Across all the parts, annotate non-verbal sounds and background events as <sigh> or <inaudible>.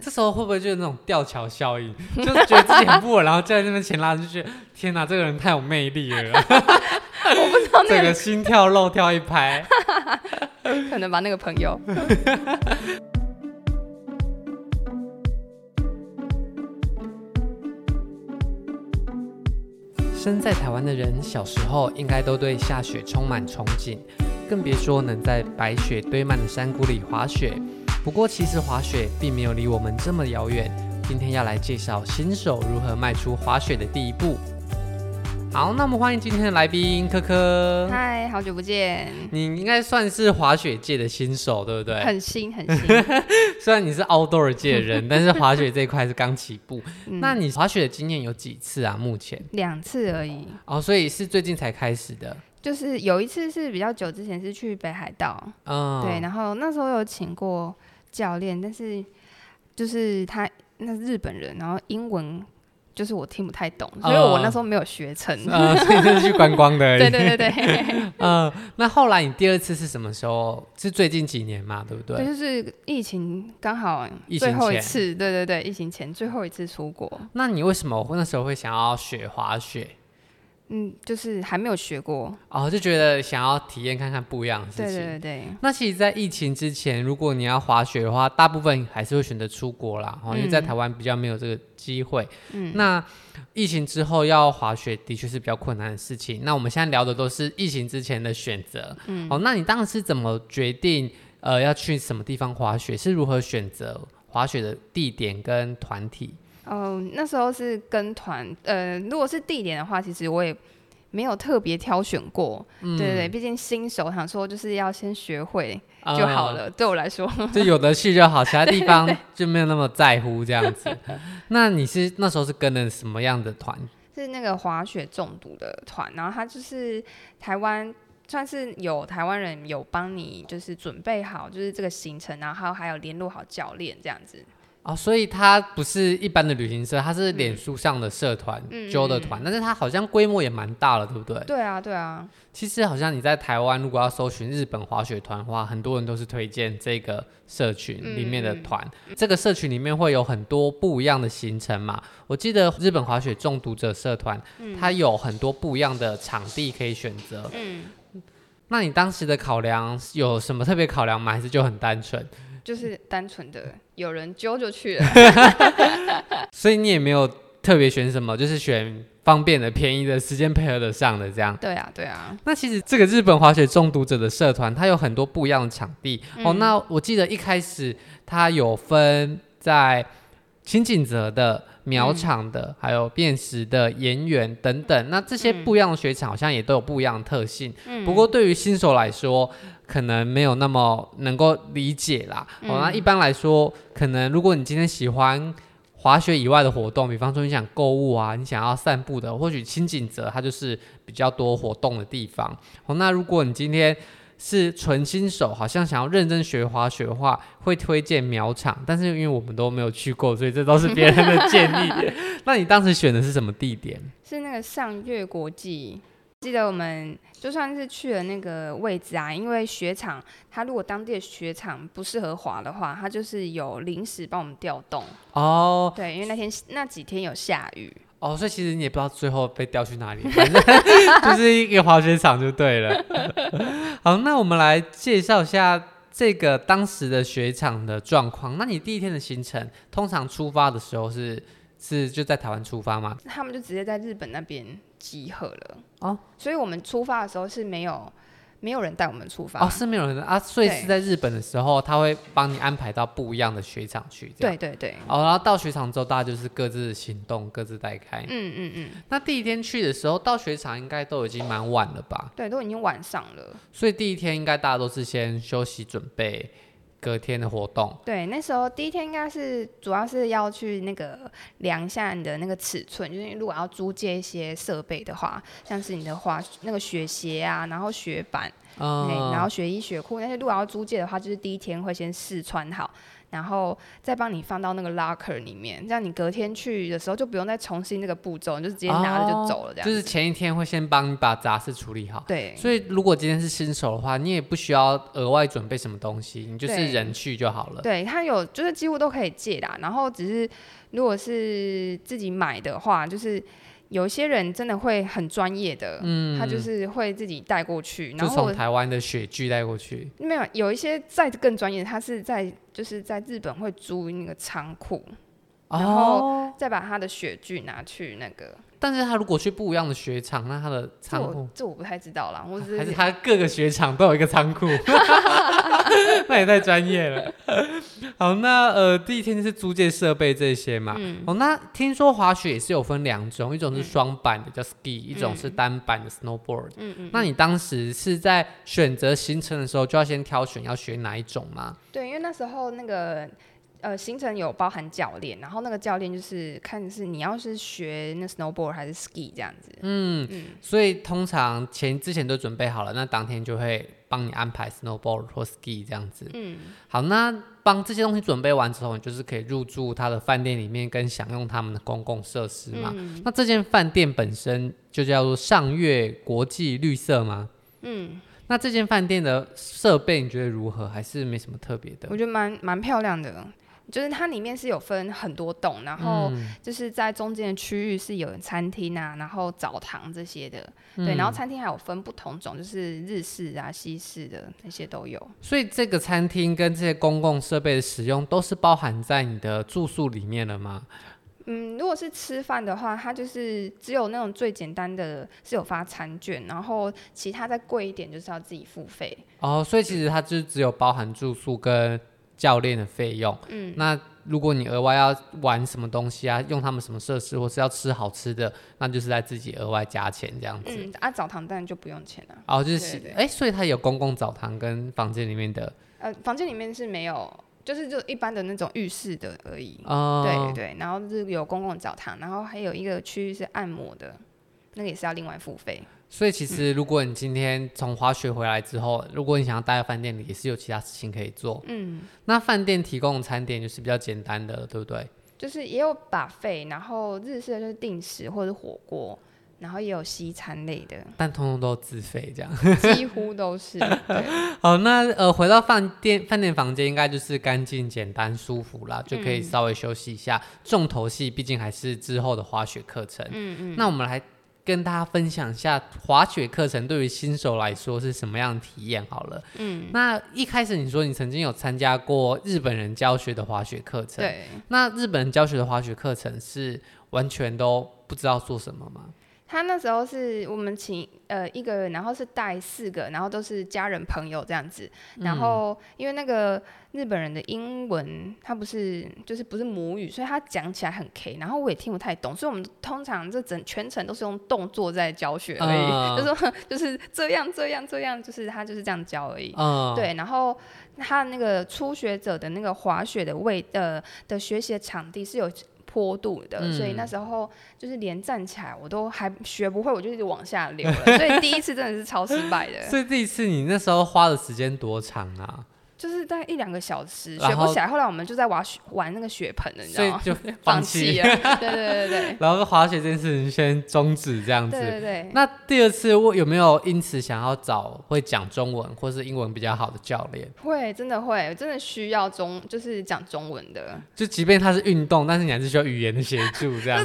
这时候会不会就是那种吊桥效应， <laughs> 就是觉得自己很不稳，然后就在那边前拉着，就觉得天哪，这个人太有魅力了，我 <laughs> 不知道那整个个心跳漏跳一拍。可能吧，那个朋友。 <laughs> 嗯身在台湾的人，小时候应该都对下雪充满憧憬，更别说能在白雪堆满的山谷里滑雪。不过，其实滑雪并没有离我们这么遥远。今天要来介绍新手如何迈出滑雪的第一步。好，那我们欢迎今天的来宾科科。嗨，好久不见，你应该算是滑雪界的新手，对不对？很新很 <laughs> 新。虽然你是 outdoor 界的 <laughs> 人，但是滑雪这一块是刚起步。嗯那你滑雪的经验有几次啊？目前两次而已，哦，所以是最近才开始的。就是有一次是比较久之前是去北海道，嗯，对，然后那时候有请过教练，但是就是他那是日本人，然后英文就是我听不太懂，哦所以我那时候没有学成。 <laughs> 呃，所以就是去观光的而已。对对 <laughs> 对对，呃，那后来你第二次是什么时候？是最近几年嘛，对不对，对？就是疫情刚好疫情最后一前次，对对对，疫情前最后一次出国，那你为什么那时候会想要学滑雪？嗯，就是还没有学过，哦，就觉得想要体验看看不一样的事对情。对对对，那其实，在疫情之前，如果你要滑雪的话，大部分还是会选择出国啦，哦，因为在嗯台湾比较没有这个机会。嗯那疫情之后要滑雪的确是比较困难的事情。那我们现在聊的都是疫情之前的选择。嗯，哦，那你当时是怎么决定呃要去什么地方滑雪？是如何选择滑雪的地点跟团体？哦、那时候是跟团，呃，如果是地点的话，其实我也没有特别挑选过，对对对，毕竟新手想说就是要先学会啊就好了，对我来说，呃， <laughs> 就有的去就好，其他地 <laughs> 方就没有那么在乎这样子。那你是那时候是跟了什么样的团？是那个滑雪中毒的团，然后他就是台湾。算是有台湾人有帮你，就是准备好就是这个行程，然后还有联络好教练这样子。哦，所以它不是一般的旅行社，它是脸书上的社团嗯揪的团，但是它好像规模也蛮大了，对不对？对啊，对啊，其实好像你在台湾如果要搜寻日本滑雪团的话，很多人都是推荐这个社群里面嗯的团。这个社群里面会有很多不一样的行程嘛。我记得日本滑雪中毒者社团，它有很多不一样的场地可以选择。嗯，那你当时的考量有什么特别考量吗？还是就很单纯？就是单纯的有人揪就去了。所以你也没有特别选什么，就是选方便的、便宜的、时间配合得上的这样。对啊，对啊，那其实这个日本滑雪中毒者的社团，它有很多不一样的场地、哦。那我记得一开始它有分在清景泽的、苗场的，还有辨识的、岩园等等。那这些不一样的雪场好像也都有不一样的特性。不过对于新手来说，可能没有那么能够理解啦。哦，那一般来说，可能如果你今天喜欢。滑雪以外的活动，比方说你想购物啊，你想要散步的，或许清景泽它就是比较多活动的地方。哦，那如果你今天是纯新手，好像想要认真学滑雪的话，会推荐苗场，但是因为我们都没有去过，所以这都是别人的建 <laughs> 议。那你当时选的是什么地点？是那个上月国际。记得我们就算是去了那个位置啊，因为雪场，它如果当地的雪场不适合滑的话，它就是有临时帮我们调动。哦对，因为那天那几天有下雨。哦，所以其实你也不知道最后被调去哪里，反正就是一个滑雪场就对 <laughs> 了。好，那我们来介绍一下。这个当时的雪场的状况，那你第一天的行程，通常出发的时候是是就在台湾出发吗？他们就直接在日本那边集合了。哦，所以我们出发的时候是没有没有人带我们出发。哦，是没有人的啊，所以对是在日本的时候，他会帮你安排到不一样的雪场去，这样。对对对，哦，然后到雪场之后，大家就是各自行动，各自带开。嗯嗯嗯，那第一天去的时候，到雪场应该都已经蛮晚了吧？对，都已经晚上了。所以第一天应该大家都是先休息，准备隔天的活动。对，那时候第一天应该是主要是要去那个量一下你的那个尺寸，就是如果要租借一些设备的话，像是你的滑那个雪鞋啊，然后雪板，嗯嘿，然后雪衣、雪裤那些，如果要租借的话，就是第一天会先试穿好，然后再帮你放到那个 locker 里面，这样你隔天去的时候就不用再重新那个步骤，你就直接拿着就走了，这哦样、就是前一天会先帮你把杂事处理好。对所以如果今天是新手的话，你也不需要额外准备什么东西，你就是对人去就好了。对，它有就是几乎都可以借的啊，然后只是如果是自己买的话，就是。有一些人真的会很专业的，嗯，他就是会自己带过去，就然后从台湾的雪具带过去，没有，有一些再更专业的，他是在就是在日本会租那个仓库，然后哦、再把他的雪具拿去那个。但是他如果去不一样的雪场，那他的这仓库啊我这我不太知道啦，我只还是是他各个雪场都有一个仓库， <laughs> 那也太专业了。好，那呃，第一天就是租借设备这些嘛。哦，那听说滑雪也是有分两种，一种是双板的叫 ski，一种是单板的 snowboard。嗯嗯。那你当时是在选择行程的时候，就要先挑选要学哪一种吗？对，因为那时候那个呃行程有包含教练，然后那个教练就是看是你要是学那 snowboard 还是 ski 这样子。所以通常前之前都准备好了，那当天就会帮你安排 snowboard 或 ski 这样子。嗯，好，那帮这些东西准备完之后，你就是可以入住他的饭店里面，跟享用他们的公共设施嘛。那这间饭店本身就叫做上月国际绿色吗？嗯，那这间饭店的设备你觉得如何？还是没什么特别的我？觉得蛮蛮漂亮的。就是它里面是有分很多栋，然后就是在中间的区域是有餐厅啊，然后澡堂这些的，对，然后餐厅还有分不同种，就是日式啊、西式的那些都有。所以这个餐厅跟这些公共设备的使用都是包含在你的住宿里面了吗？嗯，如果是吃饭的话，它就是只有那种最简单的是有发餐券，然后其他再贵一点就是要自己付费。哦，所以其实它就只有包含住宿跟教练的费用。嗯，那如果你额外要玩什么东西啊，用他们什么设施，或是要吃好吃的，那就是在自己额外加钱这样子。嗯，啊，澡堂当然就不用钱了、哦，就是对对哎、所以它有公共澡堂跟房间里面的，呃，房间里面是没有，就是就一般的那种浴室的而已。哦，对对对，然后是有公共澡堂，然后还有一个区域是按摩的，那个也是要另外付费。所以其实如果你今天从滑雪回来之后，如果你想要待在饭店里，也是有其他事情可以做。嗯，那饭店提供的餐点就是比较简单的了，对不对？就是也有把费，然后日式的就是定时或者火锅，然后也有西餐类的，但通通都自费这样。几乎都是。对， <laughs> 好，那呃，回到饭店饭店房间，应该就是干净、简单、舒服啦，就可以稍微休息一下。重头戏毕竟还是之后的滑雪课程。嗯嗯。那我们来跟大家分享一下滑雪课程对于新手来说是什么样的体验好了。嗯。那一开始你说你曾经有参加过日本人教学的滑雪课程，。对。那日本人教学的滑雪课程是完全都不知道做什么吗？他那时候是我们请呃一个人，然后是带四个，然后都是家人朋友这样子。然后因为那个日本人的英文他不是就是不是母语，所以他讲起来很 K，然后我也听不太懂，所以我们通常这整全程都是用动作在教学而已，啊 <laughs> 就说就是这样这样这样，就是他就是这样教而已。嗯，。对，然后他那个初学者的那个滑雪的位呃的学习的场地是有坡度的，所嗯以那时候就是连站起来我都还学不会，我就一直往下流了，所以第一次真的是超失败的， <laughs> 所以这一次你那时候花的时间多长啊？就是大概一两个小时然学不后起来，后来我们就在玩雪玩那个雪盆了，你知所以道吗？就呃放放弃弃。了， <laughs> 对对对对然后滑雪这件事情先终止这样对子。对对。那第二次我有没有因此想要找会讲中文或是英文比较好的教练？会，真的会，真的需要中，就是讲中文的，就即便他是运动，但是你还是需要语言的协助这 <laughs> 样。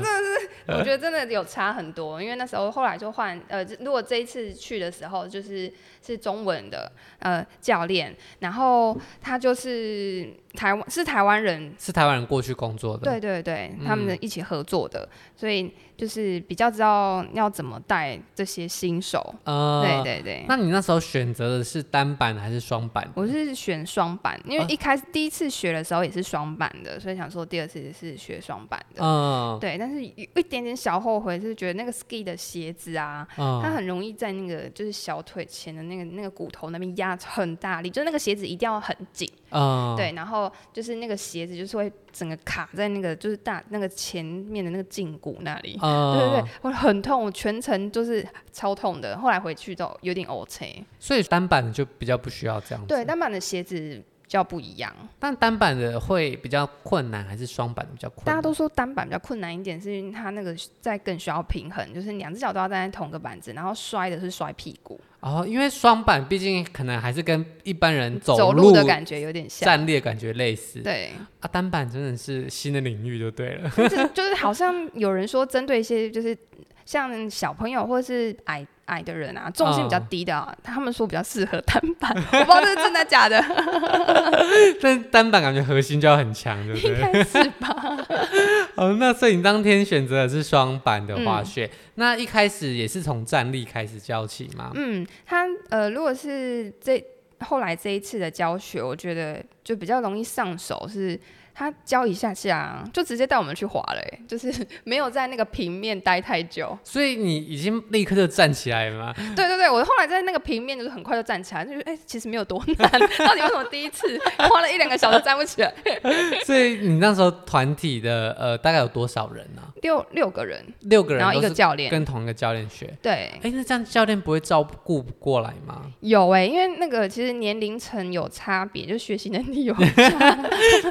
我觉得真的有差很多，因为那时候后来就换呃，这如果这一次去的时候就是是中文的呃教练，然后他就是台湾是台湾人，是台湾人过去工作的。对对对，他们的一起合作的，所以就是比较知道要怎么带这些新手，呃对。对对。那你那时候选择的是单板还是双板？我是选双板，因为哦一开始第一次学的时候也是双板的，所以想说第二次是学双板的。嗯对，但是有一点点小后悔，是觉得那个 ski 的鞋子啊，它嗯，很容易在那个就是小腿前的那个那个骨头那边压很大力，就是那个鞋子一定要很紧，嗯，对，然后就是那个鞋子就是会整个卡在那个就是大那个前面的那个胫骨那里，嗯，对对对，我很痛，我全程就是超痛的，后来回去都有点 O K。所以单板就比较不需要这样子。对，单板的鞋子较不一样。但单板的会比较困难，还是双板的比较困难？大家都说单板比较困难一点，是因为它那个在更需要平衡，就是两只脚都要站在同个板子，然后摔的是摔屁股，哦，因为双板毕竟可能还是跟一般人走路的感觉有点像。站立的感觉类似。对，啊，单板真的是新的领域就对了。 <laughs> 就是就是好像有人说，针对一些就是像小朋友或是矮矮的人啊，重心比较低的、啊，他们说比较适合单板，我不知道这是真的假的，但单板感觉核心就要很强，对不应对？该是 <laughs> 吧？哦，那所以你当天选择的是双板的滑嗯雪，那一开始也是从站立开始教起吗？嗯，他呃，如果是这后来这一次的教学，我觉得就比较容易上手是。他教一下下，就直接带我们去滑了、欸，就是 <laughs> 没有在那个平面待太久。所以你已经立刻就站起来 <laughs> 了吗？对对对，我后来在那个平面就是很快就站起来，就是哎、其实没有多难。到底为什么第一次 <laughs> 花了一两个小时站不起来？所以你那时候团体的呃大概有多少人呢、六六个人，六个然人后一都个是教练。跟同一个教练学。对，哎、那这样教练不会照顾不过来吗？有哎、因为那个其实年龄层有差别，就学习能力 <laughs> 有。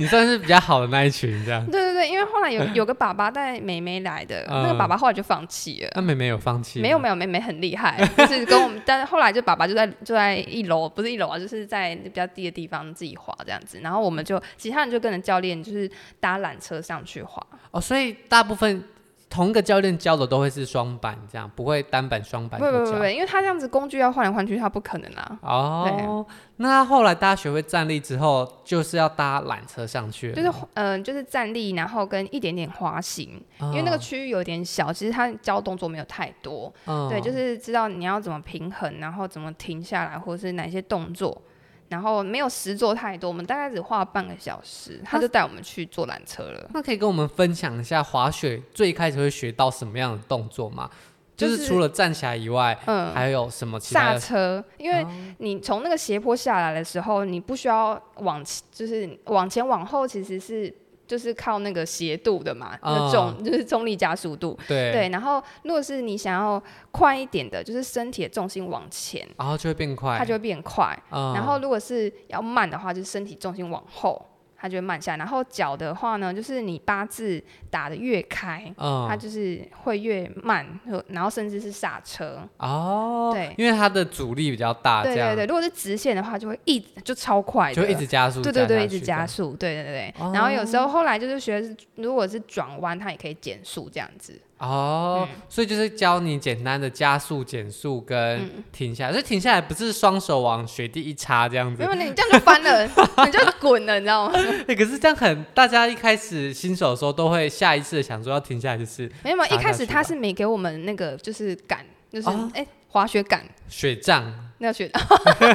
你算是比较好的那一群，这样。对对对，因为后来有有个爸爸带妹妹来的，嗯那个爸爸后来就放弃了。那啊妹妹有放弃？没有。没有，妹妹很厉害，就是跟我们，但是后来就爸爸就在就在一楼，不是一楼啊，就是在比较低的地方自己滑这样子，然后我们就其他人就跟着教练就是搭缆车上去滑，哦，所以大部分同一个教练教的都会是双板，这样不会单板双不板不都不教不，。因为他这样子工具要换来换去，他不可能啊，哦，那后来大家学会站立之后，就是要搭缆车上去了就是嗯、呃就是站立，然后跟一点点滑行，吗，因为那个区域有点小，其实它教动作没有太多，嗯对，就是知道你要怎么平衡，然后怎么停下来，或者是哪些动作，然后没有实做太多，我们大概只花了半个小时，他就带我们去坐缆车了。那可以跟我们分享一下滑雪最开始会学到什么样的动作吗？就就是是除了站起来以外，嗯，还有什么其他刹的？哦车，因为你从那个斜坡下来的时候，你不需要往前，就是往前往后，其实是就是靠那个斜度的嘛，那个重就是重力加速度。嗯对，对，然后如果是你想要快一点的，就是身体的重心往前，然后就会变快，它就会变快。嗯然后如果是要慢的话，就是身体重心往后，它就会慢下来。然后脚的话呢，就是你八字打的越开，它嗯就是会越慢，然后甚至是刹车。哦，对因为它的阻力比较大，对这对样对，如果是直线的话，就会一直就超快的，就一直加速，对对加对，下一直去哦加的。速，对对对。然后有时候后来就是学是，如果是转弯，它也可以减速这样子。哦，嗯所以就是教你简单的加速、减速嗯跟停下来，所以停下来不是双手往雪地一插这样子没，有，你这样就翻 <laughs> 了，你就滚了，你知道吗？欸可是这样很，大家一开始新手的时候都会下意识的想说要停下来，就是没有，没有一插开下始去他吧是没给我们那个就是杆，就是哦哎滑雪杆，雪杖，那个雪 <laughs>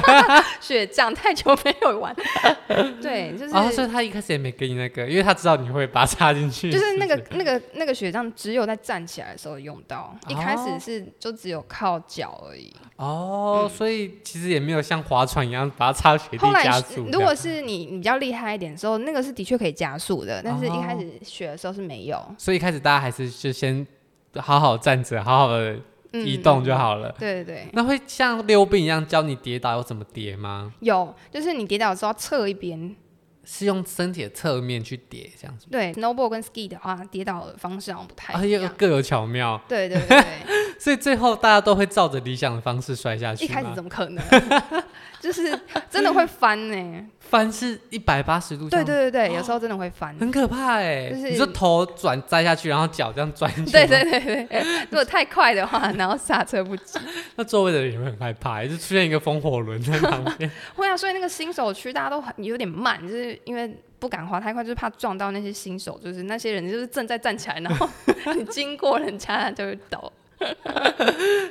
雪仗太久没有玩， <laughs> 对，就是、然后、哦所以他一开始也没给你那个，因为他知道你会把它插进去，就是那不个那个那个雪仗只有在站起来的时候用到，一开始是就只有靠脚而已。 <laughs> 哦，所以其实也没有像划船一样把它插雪嗯后地来加是速这样。如果是你你比较厉害一点的时候，那个是的确可以加速的，但是一开哦始学的时候是没有。所以一开始大家还是就先好好站着，好好的嗯，移动就嗯。好了。对对对，那会像溜冰一样教你跌倒要怎么跌吗？有，就是你跌倒的时候要侧一边。是用身体的侧面去跌这样子，对，snowboard 跟 ski 的话，跌倒的方式好像不太而一且样。各有巧妙，对对对对。所以最后大家都会照着理想的方式摔下去一吗。开始怎么可能？ <laughs> 就是真的会翻呢、翻是一百八十度，对，对对对，有时候真的会 <laughs> 翻。哦很可怕哎、就是你说头转栽下去，然后脚这样转进去， <laughs> 对对，对对对，如果太快的话，然后刹车不及。那周围的人也会很害怕欸、就出现一个风火轮在旁 <laughs> 边。会啊，所以那个新手区大家都很有点慢，就是因为不敢滑太快，就是怕撞到那些新手，就是那些人就是正在站起来，然后 <laughs> 你经过人家他就会倒。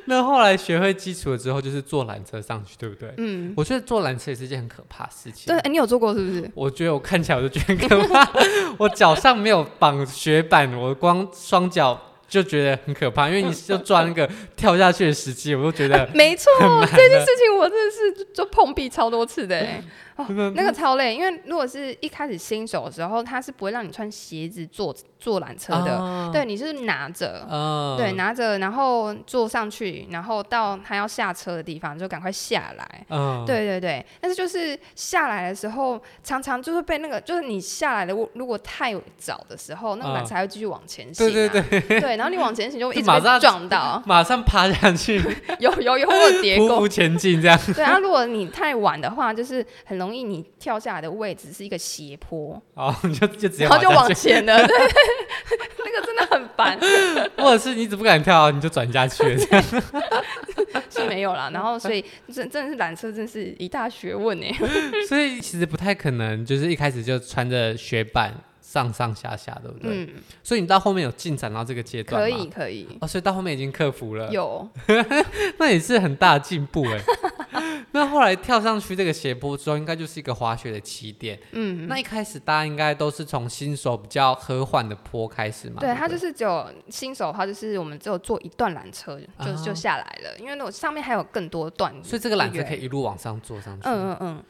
那后来学会基础了之后，就是坐缆车上去，对不对？嗯，我觉得坐缆车也是一件很可怕的事情。对，哎你有做过是不是？我觉得我看起来我就觉得很可怕，我脚上没有绑雪板，我光双脚就觉得很可怕，因为你就抓那个跳下去的时机，我就觉得 <laughs> 没错，很这难件了。 <laughs> 事情我真的是就就碰壁超多次的、哎哦，那个超累，因为如果是一开始新手的时候，他是不会让你穿鞋子坐坐缆车的，啊，对，你就是拿着，嗯，对，拿着，然后坐上去，然后到他要下车的地方就赶快下来。嗯，对对对，但是就是下来的时候，常常就是被那个，就是你下来的，如果太早的时候，那个缆嗯车还会继续往前行、啊对对对，对然后你往前行就 <laughs> 会一就直马被上，撞 <laughs> 到马上爬下去，有有有我有跌匍过匐。前进这样。 <laughs> 对啊，如果你太晚的话，就是很容易你跳下来的位置是一个斜坡，哦，你就就直接然后就滑往下去，前了，对， <laughs> 那个真的很烦。 <laughs> 或者是你一直不敢跳，你就转下去了这样。 <laughs> 是没有啦。然后所以真真的是缆车，真是一大学问哎、所以其实不太可能，就是一开始就穿着雪板上上下下，对不对？嗯，所以你到后面有进展到这个阶段呃可吗以。可以，哦，所以到后面已经克服了，有 <laughs> 那也是很大的进步哎。 <laughs> 那后来跳上去这个斜坡之后，应该就是一个滑雪的起点。嗯。那一开始大家应该都是从新手比较和缓的坡开始嘛？对，不他就是只有新手，他就是我们只有坐一段缆车就啊就下来了，因为我上面还有更多段，所以这个缆车可以，以一路往上坐上去。嗯嗯嗯，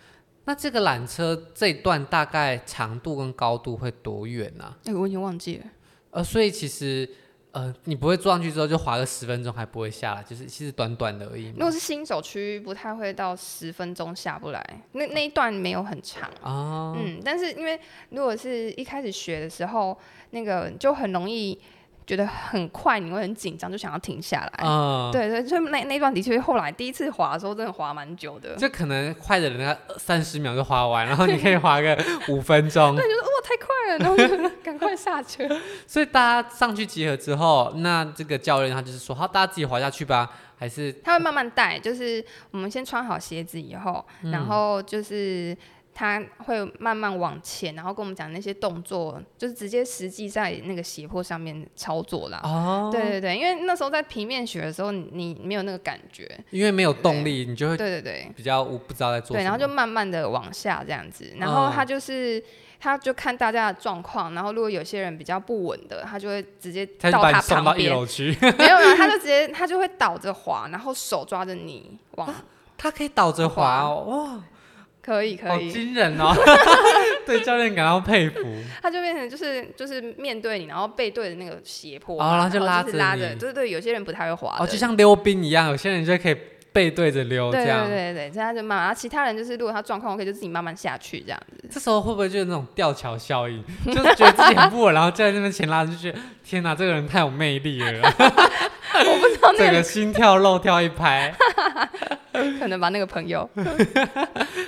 那这个缆车这一段大概长度跟高度会多远呢、啊？哎、我已经忘记了，呃，所以其实呃，你不会坐上去之后就滑个十分钟还不会下来，就是其实短短的而已如嘛果。是新手区不太会到十分钟下不来，那那一段没有很长。啊，嗯，但是因为如果是一开始学的时候，那个就很容易觉得很快，你会很紧张，就想要停下来。啊，嗯对对，所以那那一段的确后来第一次滑的时候，真的滑蛮久的， <laughs> 就可能快的人他三十秒就滑完，然后你可以滑个五分钟。太快了，然后就 <laughs> 赶快下车。所以大家上去集合之后，那这个教练他就是说，好，大家自己滑下去吧，还是他会慢慢带，就是我们先穿好鞋子以后，然后就是。他会慢慢往前，然后跟我们讲那些动作，就是直接实际在那个斜坡上面操作啦。哦，对对对，因为那时候在平面学的时候，你你没有那个感觉。因为没有动力，你就对会对对，比较无不知道在做对，什然后就么哦慢慢的往下这样子，然后他就是、他就看大家的状况，然后如果有些人比较不稳的，他就会直接他就到把你送旁到一边，楼 <laughs> 去，没有没有，他就直接他就会倒着滑，然后手抓着你往，啊他可以倒着滑哦，哇，可以可好以，惊人 <laughs> 哦！对教练感到佩服。他就变成就是就是面对你，然后背对着那个斜坡哦嘛，然后就拉拉着拉你着，对对，有些人不太会滑的，哦，就像溜冰一样，有些人就可以背对着溜这对对样。对对，这样就慢慢，然后其他人就是如果他状况 OK，就自己慢慢下去这样子。 <laughs> 这时候会不会就是那种吊桥效应？ <laughs> 就是觉得自己很不稳，然后在那边前拉，就觉得天哪，这个人太有魅力 <laughs> 了，我不知道那整个个心跳漏跳一拍，可能吧，那个朋友，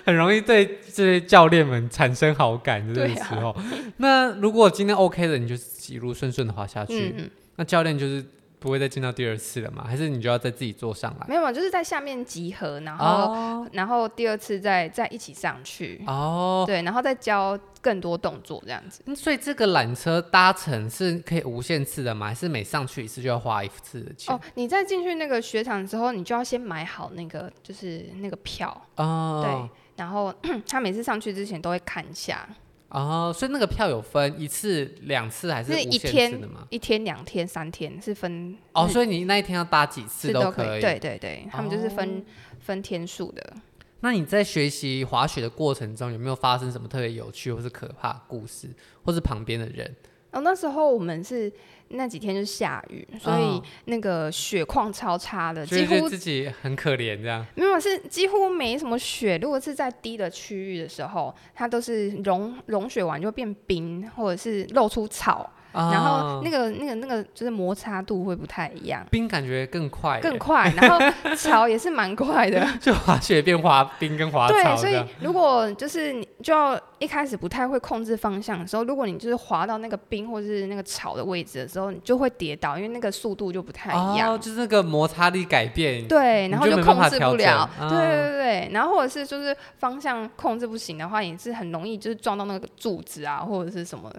很容易对这些教练们产生好感。这个对时啊候， <laughs> 那如果今天 OK 的，你就一路顺顺的滑下去，嗯嗯，那教练就是不会再见到第二次了嘛？还是你就要再自己坐上来？没有嘛，就是在下面集合，然后。哦然后第二次再再一起上去，哦，对，然后再教更多动作这样子。嗯所以这个缆车搭乘是可以无限次的吗？还是每上去一次就要花一次的钱哦？，你在进去那个雪场之后，你就要先买好那个就是那个票，哦，对。然后嗯他每次上去之前都会看一下，哦，所以那个票有分一次、两次还是是无一限次天的吗？、一天、两天、三天是分哦，日所以你那一天要搭几次是都可以。对，对对，他们就是分、哦分天数的。那你在学习滑雪的过程中，有没有发生什么特别有趣或是可怕的故事，或是旁边的人？然后哦那时候我们是那几天就是下雨，所以哦那个雪况超差的，觉得几觉乎得自己很可怜这样。没有，啊是几乎没什么雪。如果是在低的区域的时候，它都是融融雪完就会变冰，或者是露出草，啊然后那个个那个那个就是摩擦度会不太一样，哦冰感觉更快耶，更快。然后草也是蛮 <laughs> 快的，就滑雪变滑冰跟滑对。草所这以样。如果就是你就要一开始不太会控制方向的时候，如果你就是滑到那个冰或是那个草的位置的时候，你就会跌倒，因为那个速度就不太一样。哦，就是那个摩擦力改变，对，你然后就没办控法制调不了整，对啊对对，然后或者是就是方向控制不行的话，也是很容易就是撞到那个柱子啊，或者是什么，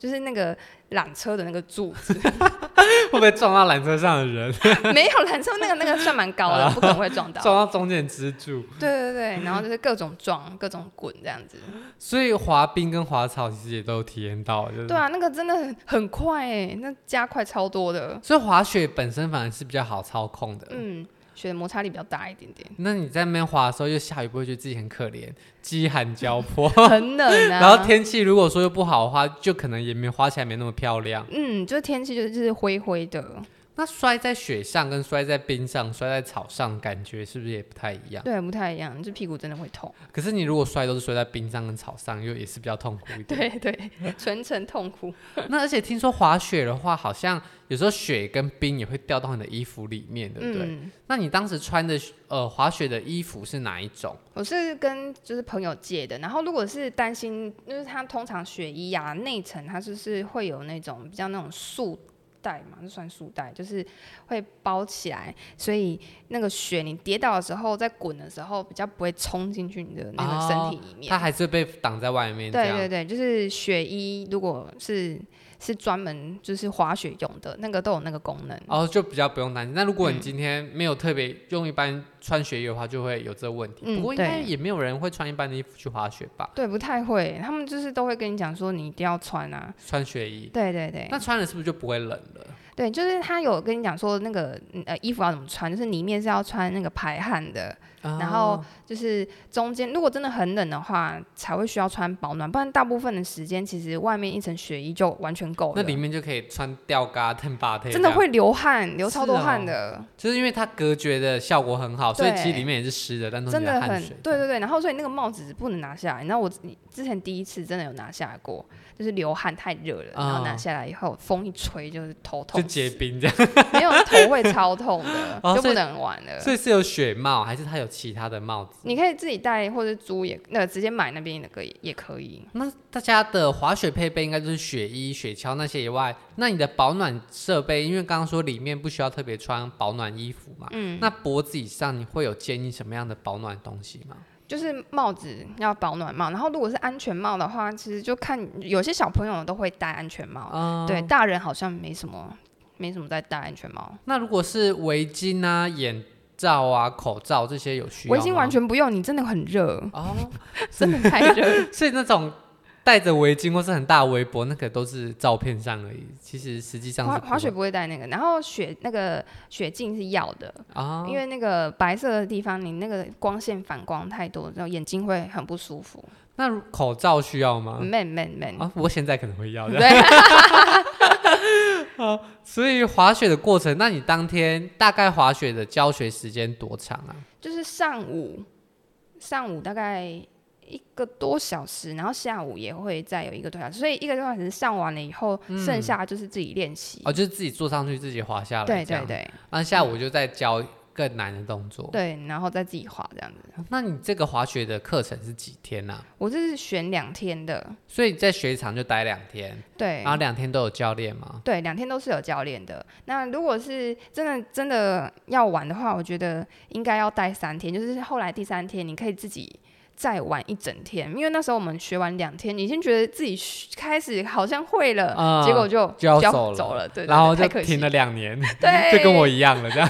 就是那个缆车的那个柱子， <laughs> 会不会撞到缆车上的人，没有缆车那个那个算蛮高的，不可能会撞到，啊 <laughs> 撞到中间的支柱？对对对，然后就是各种撞、各种滚这样子，所以滑冰跟滑草其实也都有体验到，就是对啊，那个真的很很欸快哎、那加快超多的，所以滑雪本身反而是比较好操控的。，嗯，雪的摩擦力比较大一点点 <laughs> 那你在那边滑的时候又下雨，不会觉得自己很可怜，饥寒交迫？很冷 <laughs> 啊。然后天气如果说又不好的话，就可能也没滑起来没那么漂亮。嗯，就是天气就是就是灰灰的，那摔在雪上跟摔在冰上、摔在草上，感觉是不是也不太一样？对，不太一样，就屁股真的会痛。可是你如果摔都是摔在冰上跟草上，又也是比较痛苦一点。对对， <laughs> 全程痛苦。 <laughs> 那而且听说滑雪的话，好像有时候雪跟冰也会掉到你的衣服里面，对不对？嗯，那你当时穿的呃滑雪的衣服是哪一种？我是跟就是朋友借的，然后如果是担心，就是它通常雪衣啊内层它就是会有那种比较那种束带嘛，就算束带，就是会包起来，所以那个雪你跌倒的时候，在滚的时候比较不会冲进去你的那个身体里面。它哦还是被挡在外面这对样。对对，就是雪衣，如果是是专门就是滑雪用的，那个都有那个功能。然后哦就比较不用担心。那如果嗯你今天没有特别用一般穿雪衣的话，就会有这个问题。嗯不过应该对也没有人会穿一般的衣服去滑雪吧？对，不太会，他们就是都会跟你讲说你一定要穿啊。穿雪衣，对对对，那穿了是不是就不会冷了？对，就是他有跟你讲说那个嗯呃衣服要怎么穿，就是里面是要穿那个排汗的，然啊后就是中间如果真的很冷的话才会需要穿保暖，不然大部分的时间其实外面一层雪衣就完全够那了。里面就可以穿吊嘎、腾巴特，真的会流汗，流超是多哦汗的，就是因为它隔绝的效果很好，所以其实对里面也是湿的，但都是真你的汗很水。对对对。然后所以那个帽子不能拿下来，你知道我之前第一次真的有拿下来过，就是流汗太热了，然后拿哦下来以后风一吹就是头痛就死，结冰这样。没有头会超痛的 <laughs> ，哦就所以不能玩了。所以是有雪帽，还是它有其他的帽子？你可以自己带或者租也，那个直接买那边那个也也可以。那大家的滑雪配备应该就是雪衣、雪橇那些以外，那你的保暖设备，因为刚刚说里面不需要特别穿保暖衣服嘛，嗯，那脖子以上你会有建议什么样的保暖东西吗？就是帽子要保暖帽，然后如果是安全帽的话，其实就看有些小朋友都会戴安全帽，啊、对，大人好像没什么没什么在戴安全帽。那如果是围巾啊、眼罩啊、口罩这些有需要围吗巾完全 <laughs> 不用，你真的很热，哦，真的太热了。所以那种戴着围巾或是很大围脖，那个都是照片上而已，其实实际上滑是不滑雪会不会戴那个，然后雪那个雪镜是要的，啊，因为那个白色的地方，你那个光线反光太多，然后眼睛会很不舒服。那如口罩需要吗？ man man man，啊，不过现在可能会 <laughs> 要。这样对，所以滑雪的过程，那你当天大概滑雪的教学时间多长啊？就是上午，上午大概一个多小时，然后下午也会再有一个多小时，所以一个多小时上完了以后，剩下就是自己练习。嗯哦，就是自己坐上去，自己滑下来。对对。对那下午就再教更难的动作。。对，然后再自己画这样子。那你这个滑雪的课程是几天啊？我这是选两天的，所以你在雪场就待两天，对然后两天都有教练吗？对，两天都是有教练的。那如果是真的真的要玩的话，我觉得应该要待三天，就是后来第三天你可以自己。再玩一整天，因为那时候我们学完两天，已经觉得自己学开始好像会了，啊结果就就要就走了走了，对，对然后对就太可惜停了两年，对，就跟我一样了这样。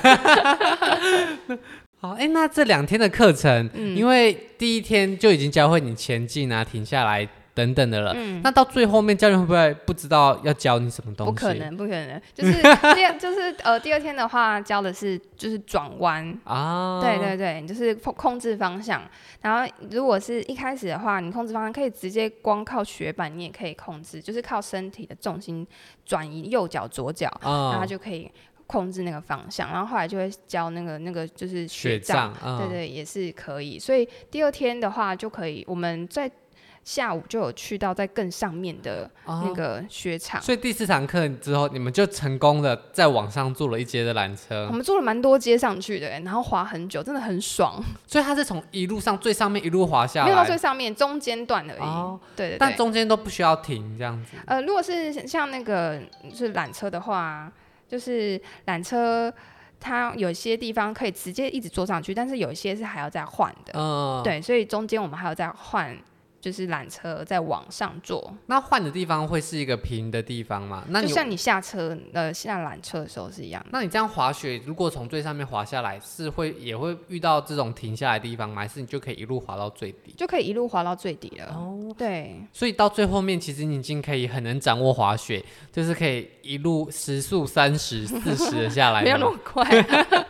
<laughs> 好，哎、那这两天的课程，嗯因为第一天就已经教会你前进啊、停下来等等的了，那到最后面教练会不会不知道要教你什么东西？嗯不可能，不可 <laughs> 能，就是第二就是呃第二天的话教的是就是转弯。啊，对对对，你就是控控制方向。然后如果是一开始的话，你控制方向可以直接光靠雪板，你也可以控制，就是靠身体的重心转移右脚、左脚，然后啊它，就可以控制那个方向。然后后来就会教那个那个就是雪杖，杖，啊对，对，也是可以。所以第二天的话就可以，我们在下午就有去到在更上面的啊那个雪场。所以第四堂课之后，你们就成功的在网上坐了一阶的缆车我，们坐了蛮多阶上去的，欸然后滑很久，真的很爽。所以它是从一路上最上面一路滑下没有到最来，上面，中间段而已。哦对对但对。中间都不需要停这样子。呃，如果是像那个就是缆车的话，就是缆车它有些地方可以直接一直坐上去，但是有一些是还要再换的。嗯，对，所以中间我们还要再换就是缆车再往上坐，那换的地方会是一个平的地方吗？那就你像你下车呃下缆车的时候是一样的。那你这样滑雪，如果从最上面滑下来，是会也会遇到这种停下来的地方吗？还是你就可以一路滑到最底？就可以一路滑到最底了。哦，对，所以到最后面，其实你已经可以很能掌握滑雪，就是可以一路时速三十、四十的下来吗。没有那么快、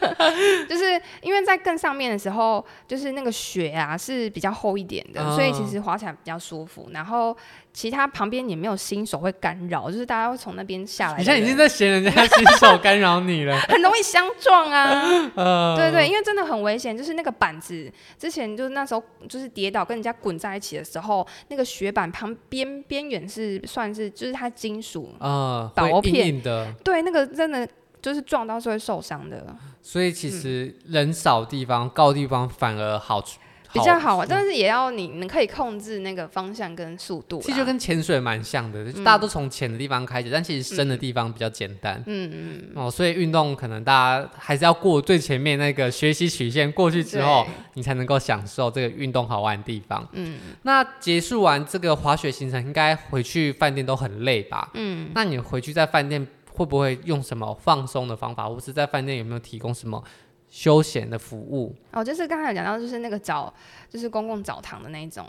<laughs> 就是因为在更上面的时候，就是那个雪啊是比较厚一点的，嗯所以其实滑起来比较舒服。然后其他旁边也没有新手会干扰，就是大家会从那边下来你的人，。现在已经在嫌人家新手干扰你了很容易相 <laughs> 撞啊。呃， <laughs> 对对，因为真的很危险，就是那个板子，之前就是那时候就是跌倒跟人家滚在一起的时候，那个雪板旁边边缘是算是就是它金属，呃，薄会硬片硬的。对，那个真的就是撞到是会受伤的。所以其嗯实人少地方、高地方反而好嗯处，比较好玩，但是也要你你可以控制那个方向跟速度啦。嗯其实就跟潜水蛮像的，就是大家都从浅的地方开始，但其实深的地方比较简单。嗯嗯哦，所以运动可能大家还是要过最前面那个学习曲线过去之后对，你才能够享受这个运动好玩的地方。嗯那结束完这个滑雪行程，应该回去饭店都很累吧？嗯，那你回去在饭店会不会用什么放松的方法，或是在饭店有没有提供什么休闲的服务？哦，就是刚才有讲到，就是那个澡，就是公共澡堂的那一种，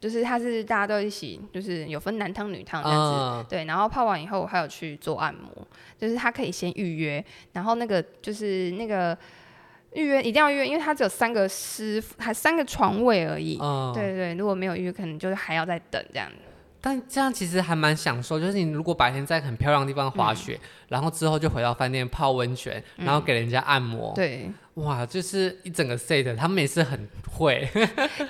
就是它是大家都一起，就是有分男汤女哦汤这样子。嗯，对，然后泡完以后，我还有去做按摩，就是他可以先预约，然后那个就是那个预约一定要预约，因为他只有三个师傅，还三个床位而已。嗯对对，如果没有预约，可能就是还要再等这样子。但这样其实还蛮享受，就是你如果白天在很漂亮的地方滑雪，嗯然后之后就回到饭店泡温泉，然后给人家按摩，对，哇，就是一整个 set，他们也是很 <laughs> 会，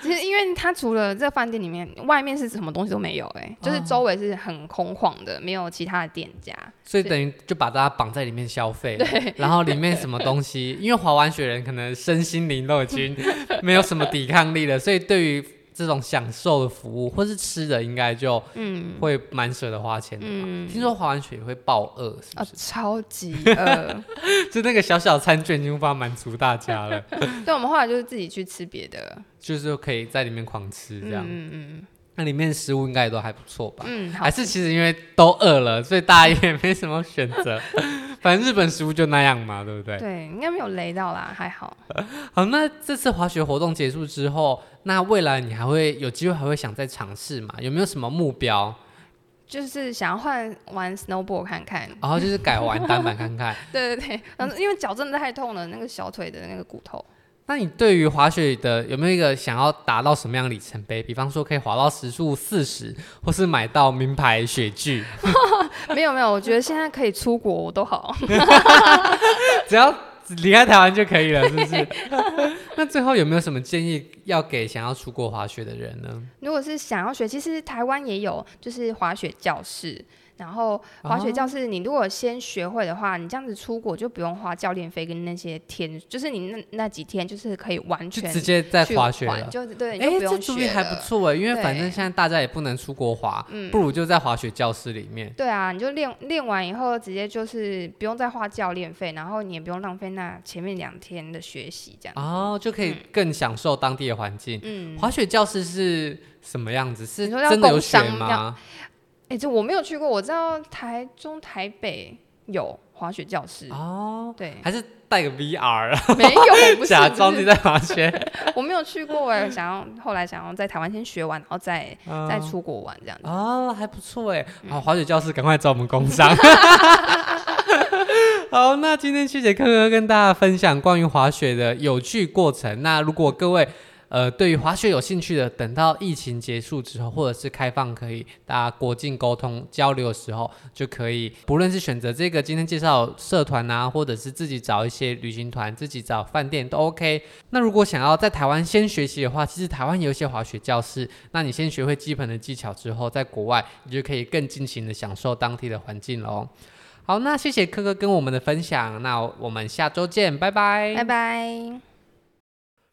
其实，因为它除了这饭店里面，外面是什么东西都没有、欸，嗯就是周围是很空旷的，没有其他的店家。所以等于就把大家绑在里面消费，然后里面什么东西，因为滑完雪人可能身心灵都已 <laughs> 经没有什么抵抗力了，所以对于这种享受的服务或是吃的，应该就嗯，会蛮舍得花钱的嘛。嗯听说滑完雪也会爆饿，是 <laughs> 啊、不是？超级饿。 <laughs> 就那个小小餐券已经无法满足大家了。对，我们后来就是自己去吃别的。就是可以在里面狂吃这样。嗯嗯那里面食物应该也都还不错吧？嗯，嗯好还。是其实因为都饿了，所以大家也没什么选择。 <laughs> 反正日本食物就那样嘛，对不对？对，应该没有雷到啦，还好。好，那这次滑雪活动结束之后，那未来你还会有机会还会想再尝试嘛？有没有什么目标？就是想要换玩 snowboard 看看。 <laughs> 然后就是改玩单板看 <laughs> 看。对对对，然后因为脚真的太痛了，那个小腿的那个骨头。 <laughs> 那你对于滑雪的有没有一个想要达到什么样的里程碑？比方说可以滑到时速四十，或是买到名牌雪具，没有没有，我觉得现在可以出国我都好。 <laughs> 只要离开台湾就可以了，是不 <laughs> 是？那最后有没有什么建议要给想要出国滑雪的人呢？如果是想要学，其实台湾也有，就是滑雪教室。然后滑啊雪哦教室，你如果先学会的话，你这样子出国就不用花教练费跟那些天，就是你那那几天就是可以完就全直接在去滑雪玩了。就是对，你哎、就不这用主意学还不了。错哎，因为反正对嗯现在大家也不能出国滑，不如就在滑雪教室里面。对啊，你就练练完以后，直接就是不用再花教练费，然后你也不用浪费那前面两天的学习，这样。哦，就可以更享受当地的环境。嗯，滑雪教室是什么样子？是你说要真的有工雪商要吗？哎，这我没有去过，我知道台中、台北有滑雪教室，哦，对，还是带个 VR 没有，不是 <laughs> 假不装是你在滑雪？ <laughs> 我没有去过哎、想要后来想要在台湾先学完，然后再、嗯再出国玩这样子。哦，还不错哎，好，滑雪教室赶快找我们工商。 <laughs> 好，那今天谢谢坑哥跟大家分享关于滑雪的有趣过程。那如果各位呃对于滑雪有兴趣的，等到疫情结束之后，或者是开放可以大家国境沟通交流的时候，就可以不论是选择这个今天介绍社团啊，或者是自己找一些旅行团，自己找饭店都 OK。那如果想要在台湾先学习的话，其实台湾有一些滑雪教室，那你先学会基本的技巧之后，在国外你就可以更尽情的享受当地的环境喽。好，那谢谢科科跟我们的分享，那我们下周见，拜拜。拜拜。